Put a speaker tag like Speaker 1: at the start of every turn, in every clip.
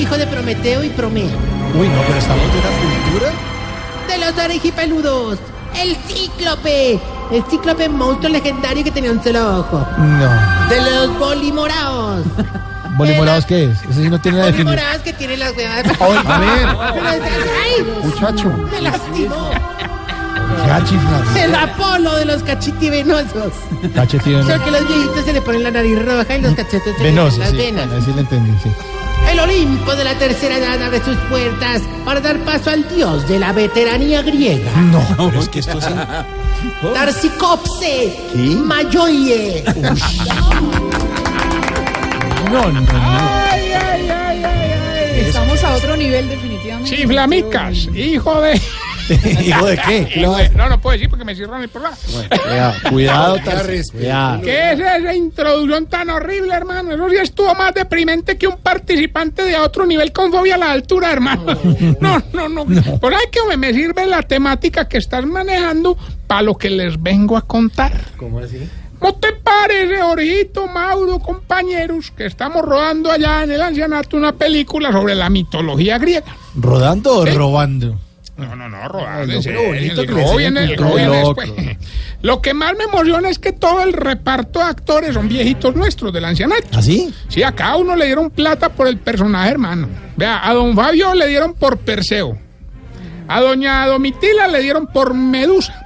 Speaker 1: hijo de Prometeo y Promeo,
Speaker 2: Uy, no, pero estamos de una cultura.
Speaker 1: de los arejipeludos, el cíclope, el cíclope monstruo legendario que tenía un solo ojo,
Speaker 2: No.
Speaker 1: de los bolimoraos,
Speaker 2: ¿Bolimorados qué es? Eso sí no tiene nada de fin.
Speaker 1: bolimoraos que tienen las huevas de...
Speaker 2: A ver,
Speaker 1: ¡Ay!
Speaker 2: muchacho.
Speaker 1: Me lastimó.
Speaker 2: Ya chiflas.
Speaker 1: El Apolo de los cachetivenenosos.
Speaker 2: Cachetío
Speaker 1: Solo
Speaker 2: no.
Speaker 1: que los viejitos se le ponen la nariz roja y los cachetes se le
Speaker 2: Venoso,
Speaker 1: ponen las
Speaker 2: sí.
Speaker 1: venas.
Speaker 2: Así lo entendí, sí.
Speaker 1: El Olimpo de la tercera edad abre sus puertas para dar paso al dios de la veteranía griega.
Speaker 2: No, pero es que esto es...
Speaker 1: Tarcicopse.
Speaker 2: ¿Qué?
Speaker 1: Mayoie.
Speaker 2: No, no, no.
Speaker 3: Ay, ay, ay, ay, ay. Estamos a otro nivel, definitivamente.
Speaker 4: Chiflamicas, hijo de.
Speaker 2: ¿Hijo de qué? ¿Qué lo
Speaker 4: Hijo
Speaker 2: vas a
Speaker 4: de-
Speaker 2: hacer?
Speaker 4: No, no puedo decir porque me cierran el programa.
Speaker 2: Cuidado, Cuidado, Tarres. Cuidado.
Speaker 4: ¿Qué es esa introducción tan horrible, hermano? Eso sí estuvo más deprimente que un participante de otro nivel con fobia a la altura, hermano. No, no, Pues, no. Por ahí que me- me sirve la temática que estás manejando para lo que les vengo a contar. ¿Cómo así? ¿No te parece, Jorgito, Mauro, compañeros, que estamos rodando allá en el ancianato una película sobre la mitología griega?
Speaker 2: ¿Rodando o robando?
Speaker 4: No, no, no, Rodán.
Speaker 2: no,
Speaker 4: ese-
Speaker 2: pero bonito
Speaker 4: el
Speaker 2: que le
Speaker 4: robo
Speaker 2: enseñen
Speaker 4: viene- el
Speaker 2: cultura,
Speaker 4: robo viene
Speaker 2: loco.
Speaker 4: después. Lo que más me emociona es que todo el reparto de actores son viejitos nuestros del ancianato.
Speaker 2: ¿Así?
Speaker 4: Sí, a cada uno le dieron plata por el personaje, hermano. Vea, a don Fabio le dieron por Perseo. A doña Domitila le dieron por Medusa.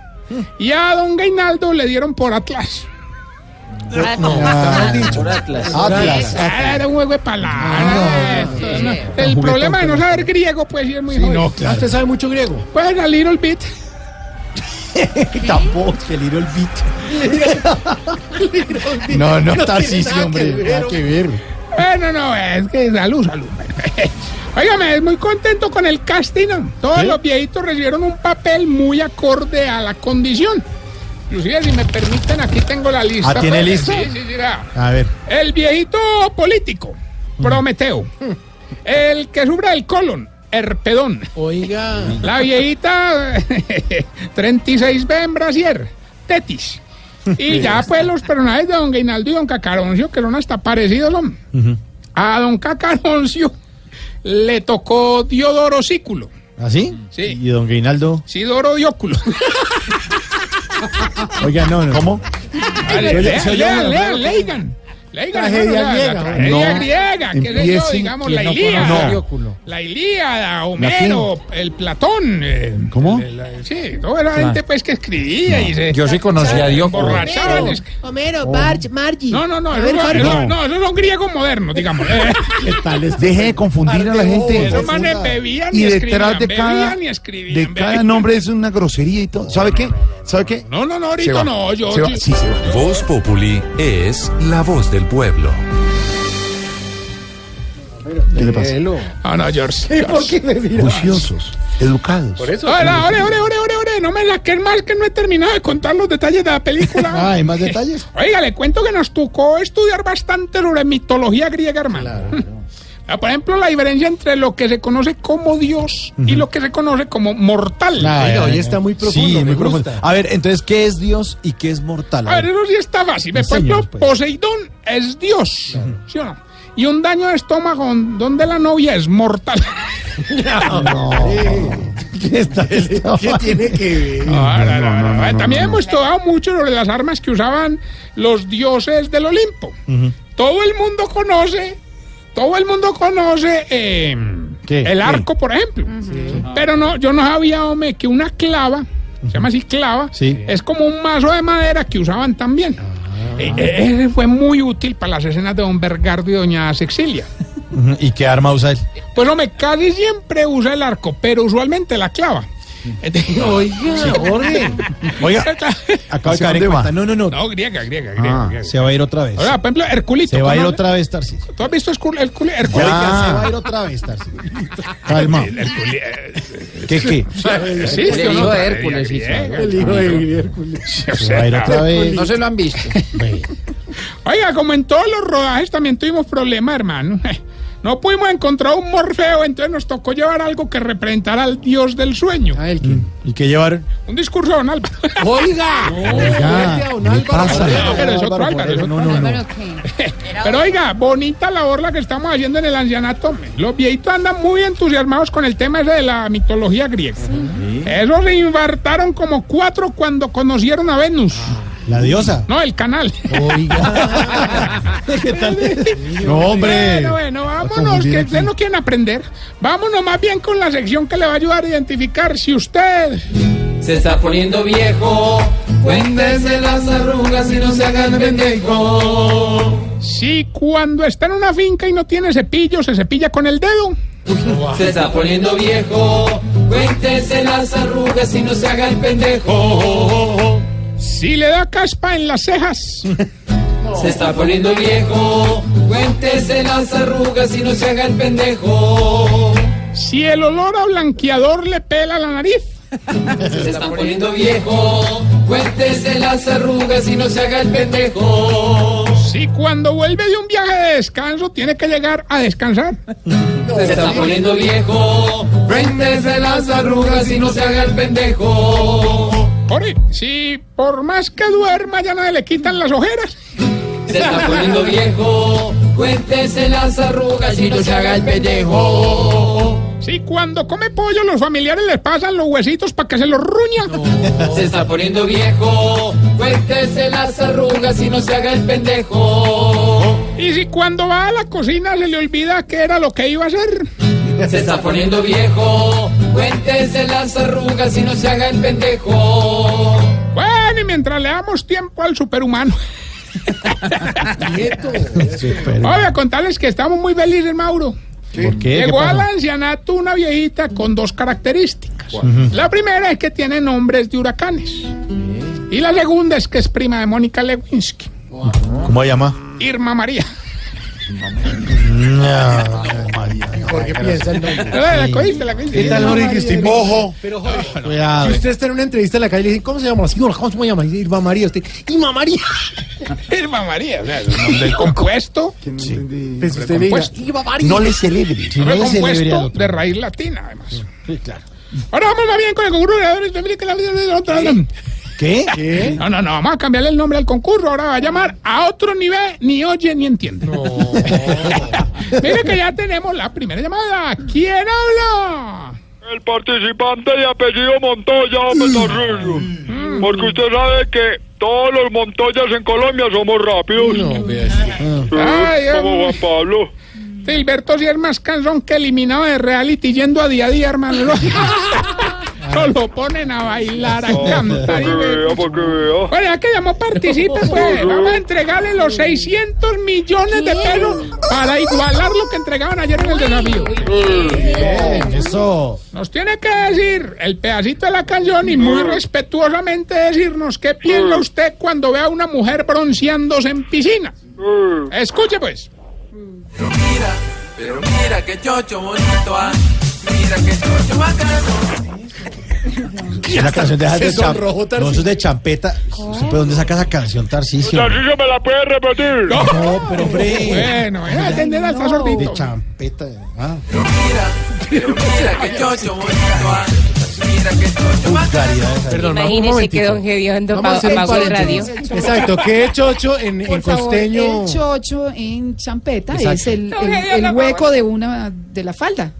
Speaker 4: Y a don Gainaldo le dieron por Atlas.
Speaker 2: Ah, Atlas.
Speaker 4: Ah, Era un juego de palabras. Esto, no. El problema de no saber griego, pues sí es muy
Speaker 2: Sí,
Speaker 4: jodido.
Speaker 2: no, claro. ¿Usted sabe mucho griego?
Speaker 4: Pues a little bit.
Speaker 2: Tampoco, que el el beat. No, no, Tarcisio, hombre. Nada que ver.
Speaker 4: Bueno, Eh, no, es que salud, salud. Óigame, es muy contento con el casting. ¿no? Todos
Speaker 2: ¿Sí?
Speaker 4: los viejitos recibieron un papel muy acorde a la condición. Inclusive, si me permiten, aquí tengo la lista.
Speaker 2: Ah, ¿tiene
Speaker 4: pues.
Speaker 2: lista?
Speaker 4: Sí, sí, sí, vea.
Speaker 2: A ver.
Speaker 4: El viejito político,
Speaker 2: Mm.
Speaker 4: Prometeo. El que sufre del colon, Herpedón.
Speaker 1: Oiga.
Speaker 4: La viejita 36B en Brasier, Tetis. Y ya pues los personajes de Don Gainaldo y Don Cacaroncio, que son hasta parecidos, son. A Don Cacaroncio le tocó Diodoro Sículo.
Speaker 2: ¿Así?
Speaker 4: Sí.
Speaker 2: ¿Ah, ¿Y don Guinaldo?
Speaker 4: Sidoro Dióculo.
Speaker 2: Oiga, no, no. ¿Cómo?
Speaker 4: Vale,
Speaker 2: Oye,
Speaker 4: lean,
Speaker 2: se oye
Speaker 4: lean,
Speaker 2: bueno,
Speaker 4: lean, leigan. Leigan,
Speaker 2: Tragedia
Speaker 4: hermano, la-
Speaker 2: griega,
Speaker 4: la
Speaker 2: ¿no?
Speaker 4: tragedia
Speaker 2: No,
Speaker 4: griega, qué sé yo,
Speaker 2: empiece
Speaker 4: digamos,
Speaker 2: quien
Speaker 4: la
Speaker 2: no
Speaker 4: Ilíada,
Speaker 2: conoce Dióculo.
Speaker 4: la Ilíada, Homero, el Platón. eh,
Speaker 2: ¿Cómo?
Speaker 4: el- el- sí, toda la gente pues que escribía y se...
Speaker 5: Yo sí conocía a Dióculo.
Speaker 4: emborrachaban,
Speaker 1: Homero,
Speaker 4: es-
Speaker 1: Homero, Marge, Margie.
Speaker 4: No, no, no,
Speaker 1: A
Speaker 4: esos
Speaker 1: ver,
Speaker 4: son-
Speaker 1: Jorge.
Speaker 4: esos- no, esos son griegos modernos, digamos. eh.
Speaker 2: ¿Qué tal? este es? Deje de confundir a la gente.
Speaker 4: Esos manes bebían y,
Speaker 6: y
Speaker 4: escribían,
Speaker 6: detrás de cada,
Speaker 4: bebían y escribían.
Speaker 6: de
Speaker 4: bebían.
Speaker 6: cada nombre es una grosería y todo. ¿Sabe qué? ¿Sabe qué?
Speaker 4: No, no, no,
Speaker 6: Se
Speaker 4: ahorita
Speaker 6: va.
Speaker 4: no, yo...
Speaker 6: Se va.
Speaker 4: yo-
Speaker 6: Sí, se va.
Speaker 5: Voz Populi es la voz del pueblo.
Speaker 6: ¿Qué le pasa?
Speaker 4: Ah, no, George. George.
Speaker 6: Juiciosos, educados.
Speaker 4: Hola, ore, ore, ore, ore, ore, no me la que mal que no he terminado de contar los detalles de la película.
Speaker 2: Ah, ¿hay más detalles?
Speaker 4: Oiga, le cuento que nos tocó estudiar bastante sobre mitología griega, hermano. Ah, Por ejemplo, la diferencia entre lo que se conoce como Dios y lo que se conoce como mortal.
Speaker 2: Oiga,
Speaker 6: hoy está muy profundo,
Speaker 2: Sí,
Speaker 6: me
Speaker 2: muy
Speaker 6: gusta.
Speaker 2: profundo. A ver, entonces, ¿qué es Dios y qué es mortal?
Speaker 4: A ver, eso sí está fácil. Por
Speaker 2: Enséñanos,
Speaker 4: ejemplo,
Speaker 2: pues.
Speaker 4: Poseidón es Dios, ¿sí o no? Y un daño de estómago donde la novia es mortal.
Speaker 2: ¿Qué, está, tiene que ver?
Speaker 4: Mm, No, no, no, no, no. También hemos estudiado mucho sobre las armas que usaban los dioses del Olimpo. Todo el mundo conoce, todo el mundo conoce eh,
Speaker 2: ¿Qué?
Speaker 4: el
Speaker 2: ¿Qué?
Speaker 4: arco, por ejemplo. Pero no, yo no sabía, hombre, que una clava, se llama así clava,
Speaker 2: Sí.
Speaker 4: es como un mazo de madera que usaban también. Eh, eh, ese fue muy útil para las escenas de Don Bergardo y Doña Sexilia.
Speaker 2: Ujú, ¿Y qué arma usa él?
Speaker 4: Pues hombre, casi siempre usa el arco, pero usualmente la clava.
Speaker 1: Oiga, Jorge.
Speaker 2: Oiga, acabo de
Speaker 6: ¿Hacia
Speaker 2: caer en
Speaker 6: dónde va?
Speaker 2: cuenta. No, no, no.
Speaker 4: No, griega, griega, griega.
Speaker 6: Ah,
Speaker 4: griega.
Speaker 2: Se va a ir otra vez.
Speaker 4: Ahora, por ejemplo, Herculito.
Speaker 2: Se va a ir
Speaker 4: ¿conoce?
Speaker 2: otra vez, Tarcis.
Speaker 4: ¿Tú has visto Hercul- Hercul-
Speaker 2: Oiga,
Speaker 4: Herculito?
Speaker 2: se va a ir otra vez, Tarcis. Calma.
Speaker 4: Herculi- eh,
Speaker 2: ¿Qué, qué?
Speaker 4: ¿Sí, sí o
Speaker 5: hijo
Speaker 4: no?
Speaker 5: de Hércules, sí,
Speaker 4: Griega. O
Speaker 2: Se va a ir
Speaker 4: sea,
Speaker 2: otra vez.
Speaker 5: No se lo han visto.
Speaker 4: Oiga, como en todos los rodajes también tuvimos problemas, hermano. No pudimos encontrar un Morfeo, entonces nos tocó llevar algo que representara al dios del sueño.
Speaker 2: ¿Y qué llevaron?
Speaker 4: Un discurso de Don Álvaro.
Speaker 1: Oiga.
Speaker 2: Oiga. don
Speaker 6: ¿Qué le pasa?
Speaker 4: Pero es otro Álvaro, es otro
Speaker 6: No, no, no.
Speaker 3: Álvaro, ¿qué?
Speaker 4: Pero oiga, bonita labor la que estamos haciendo en el ancianato. Los viejitos andan muy entusiasmados con el tema ese de la mitología griega. Esos se infartaron como cuatro cuando conocieron a Venus.
Speaker 6: Ah.
Speaker 2: La diosa.
Speaker 4: No, el canal.
Speaker 2: ¿Qué tal?
Speaker 6: No, hombre.
Speaker 4: Bueno, bueno,
Speaker 6: Va a
Speaker 4: vámonos,
Speaker 6: confundir
Speaker 4: que
Speaker 6: aquí.
Speaker 4: ustedes no quieren aprender. Vámonos más bien con la sección que le va a ayudar a identificar si usted...
Speaker 7: Se está poniendo viejo, cuéntese las arrugas y no se hagan pendejo.
Speaker 4: Si cuando está en una finca y no tiene cepillo, se cepilla con el dedo.
Speaker 7: Se está poniendo viejo, cuéntese las arrugas y no se haga el pendejo.
Speaker 4: Si le da caspa en las cejas.
Speaker 7: Se está poniendo viejo, cuéntese las arrugas y no se haga el pendejo.
Speaker 4: Si el olor a blanqueador le pela la nariz.
Speaker 7: Se está poniendo viejo, cuéntese las arrugas y no se haga el pendejo.
Speaker 4: Si cuando vuelve de un viaje de descanso tiene que llegar a descansar.
Speaker 7: Se está poniendo viejo, cuéntese las arrugas y no se haga el pendejo.
Speaker 4: Ore, si por más que duerma ya no le quitan las ojeras.
Speaker 7: Se está poniendo viejo, cuéntese las arrugas y no se haga el pendejo.
Speaker 4: Si cuando come pollo los familiares le pasan los huesitos para que se los ruña.
Speaker 7: Se está poniendo viejo, cuéntese las arrugas y no se haga el pendejo.
Speaker 4: Y si cuando va a la cocina se le olvida qué era lo que iba a hacer.
Speaker 7: Se está poniendo viejo, cuéntese las arrugas y no se haga el pendejo.
Speaker 4: Bueno, y mientras le damos tiempo al superhumano. Voy a contarles que estamos muy felices, Mauro.
Speaker 2: ¿Por qué? ¿Qué
Speaker 4: Llegó al
Speaker 2: pasó?
Speaker 4: ancianato una viejita con dos características. La primera es que tiene nombres de huracanes. Y la segunda es que es prima de Mónica Lewinsky,
Speaker 2: ¿Cómo se llama?
Speaker 4: Irma María.
Speaker 2: Jorge piensa el
Speaker 4: ¿La cogiste? ¿La cogiste?
Speaker 2: Jorge Cristín? Ojo. Cuidado.
Speaker 1: Usted está en una entrevista en la calle y le dicen, ¿cómo se llama? Sí, don Alfonso, ¿cómo se llama? Irma María. Usted, Irma María.
Speaker 4: Irma María, o sea, es un nombre compuesto,
Speaker 1: Pues usted le diga,
Speaker 4: compuesto.
Speaker 1: Irma María.
Speaker 6: No le celebre.
Speaker 2: no le celebre al
Speaker 4: compuesto
Speaker 2: otro.
Speaker 4: de raíz latina, además. Ahora vamos más bien con el concurso.
Speaker 2: ¿Qué? ¿Qué?
Speaker 4: No, no, no, vamos a cambiarle el nombre al concurso. Ahora va a llamar a otro nivel, ni oye ni entiende. Mire que ya tenemos la primera llamada. ¿Quién habla?
Speaker 8: El participante de apellido Montoya, Metarrillo. Porque usted sabe que todos los Montoyas en Colombia somos rápidos. Sí,
Speaker 4: Ay,
Speaker 8: como
Speaker 4: hombre.
Speaker 8: Juan Pablo.
Speaker 4: Silberto sí es más cansón que eliminado de reality yendo a día a día, hermano. Solo ponen a bailar, a cantar
Speaker 8: Para
Speaker 4: y
Speaker 8: que
Speaker 4: ver.
Speaker 8: vea, para que vea.
Speaker 4: Bueno, ya que llamó participe, pues vamos a entregarle los 600 millones de pesos para igualar lo que entregaban ayer en el desafío.
Speaker 2: Eso.
Speaker 4: Nos tiene que decir el pedacito de la canción y
Speaker 2: Mm.
Speaker 4: muy respetuosamente decirnos qué piensa usted cuando ve a una mujer bronceándose en piscina.
Speaker 8: Eh,
Speaker 4: Escuche, pues.
Speaker 7: Mira, pero mira que chocho bonito, ah. Mira que chocho bacano.
Speaker 2: Es la canción de esas
Speaker 1: Se
Speaker 2: de cham-
Speaker 1: sonrojó Tarcisio.
Speaker 2: No, eso es de champeta. ¿Pero dónde saca esa canción, Tarcisio?
Speaker 8: Tarcisio, ¿me la puede repetir?
Speaker 2: No, pero hombre.
Speaker 4: Bueno, eh, atender al
Speaker 2: De
Speaker 4: sordito.
Speaker 2: champeta. Ah,
Speaker 7: Mira, pero mira que chocho bonito, ah. Mira que chocho
Speaker 2: vulgaridad esa.
Speaker 1: Perdón, vamos un
Speaker 9: Imagínese que
Speaker 1: momentico.
Speaker 9: don Gediondo
Speaker 1: Vamos a hacer un
Speaker 9: apagó el radio.
Speaker 1: paréntesis. Exacto, ¿qué es chocho en, en
Speaker 3: Por favor,
Speaker 1: costeño?
Speaker 3: el chocho en champeta
Speaker 1: Exacto.
Speaker 3: es el, el-
Speaker 4: Oye,
Speaker 3: el
Speaker 4: la
Speaker 3: hueco de una de la falda.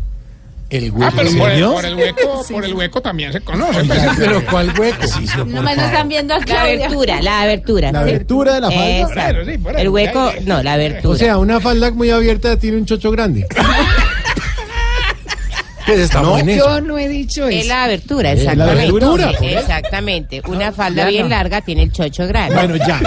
Speaker 1: El
Speaker 4: Ah, pero por el,
Speaker 2: serio?
Speaker 4: por el hueco, por el hueco también se conoce. pues.
Speaker 1: Pero ¿cuál hueco?
Speaker 9: Nomás nos están viendo aquí. La abertura, la abertura.
Speaker 1: La abertura de la falda.
Speaker 9: Esa.
Speaker 4: Bueno, sí, por ahí.
Speaker 9: El hueco, no, la
Speaker 1: O
Speaker 9: abertura.
Speaker 1: sea, una falda muy abierta tiene un chocho grande.
Speaker 6: Pues está
Speaker 1: No,
Speaker 6: bueno.
Speaker 3: Yo no he dicho
Speaker 9: es
Speaker 3: eso.
Speaker 9: la abertura,
Speaker 1: Pues, la
Speaker 9: exactamente.
Speaker 1: abertura,
Speaker 9: Sí,
Speaker 1: por eso.
Speaker 9: exactamente. Una falda bien larga tiene el chocho grande.
Speaker 1: Bueno, ya.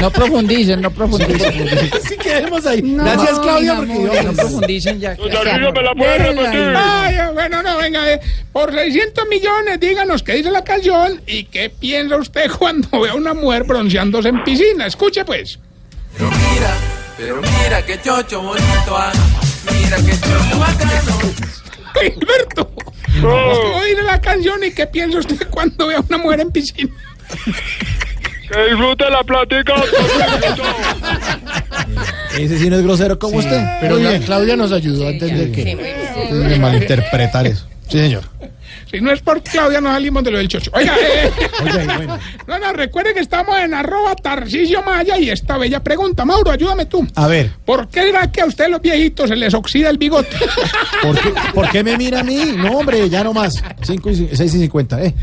Speaker 10: No profundicen, no profundicen.
Speaker 1: Así quedemos ahí.
Speaker 3: No,
Speaker 1: Gracias, Claudia,
Speaker 3: mi
Speaker 1: porque
Speaker 3: amor.
Speaker 1: yo
Speaker 10: No profundicen ya.
Speaker 8: Tarcisio, ¿me la puede repetir?
Speaker 4: Ay, eh, bueno, no, venga, eh, por 600 millones, díganos qué dice la canción y qué piensa usted cuando ve a una mujer bronceándose en piscina. Escuche, pues.
Speaker 7: Pero mira, pero mira que chocho bonito, ah. Mira que chocho bacano.
Speaker 4: Gilberto, ¿cómo dice la canción y qué piensa usted cuando ve a una mujer en piscina?
Speaker 8: Que disfrute la platica.
Speaker 2: Ese sí no es grosero como usted.
Speaker 1: Pero Claudia nos ayudó a entender que
Speaker 2: Debe malinterpretar eso. Sí, señor.
Speaker 4: Si no es por Claudia, no salimos de lo del chocho. Oiga, eh. No, no, recuerden que estamos en arroba Tarcisio Maya y esta bella pregunta. Mauro, ayúdame tú.
Speaker 2: A ver,
Speaker 4: ¿Por qué era que a ustedes los viejitos se les oxida el bigote?
Speaker 2: ¿por qué, por qué me mira a mí? No, hombre, ya no más. 5 y 6 y 50, eh.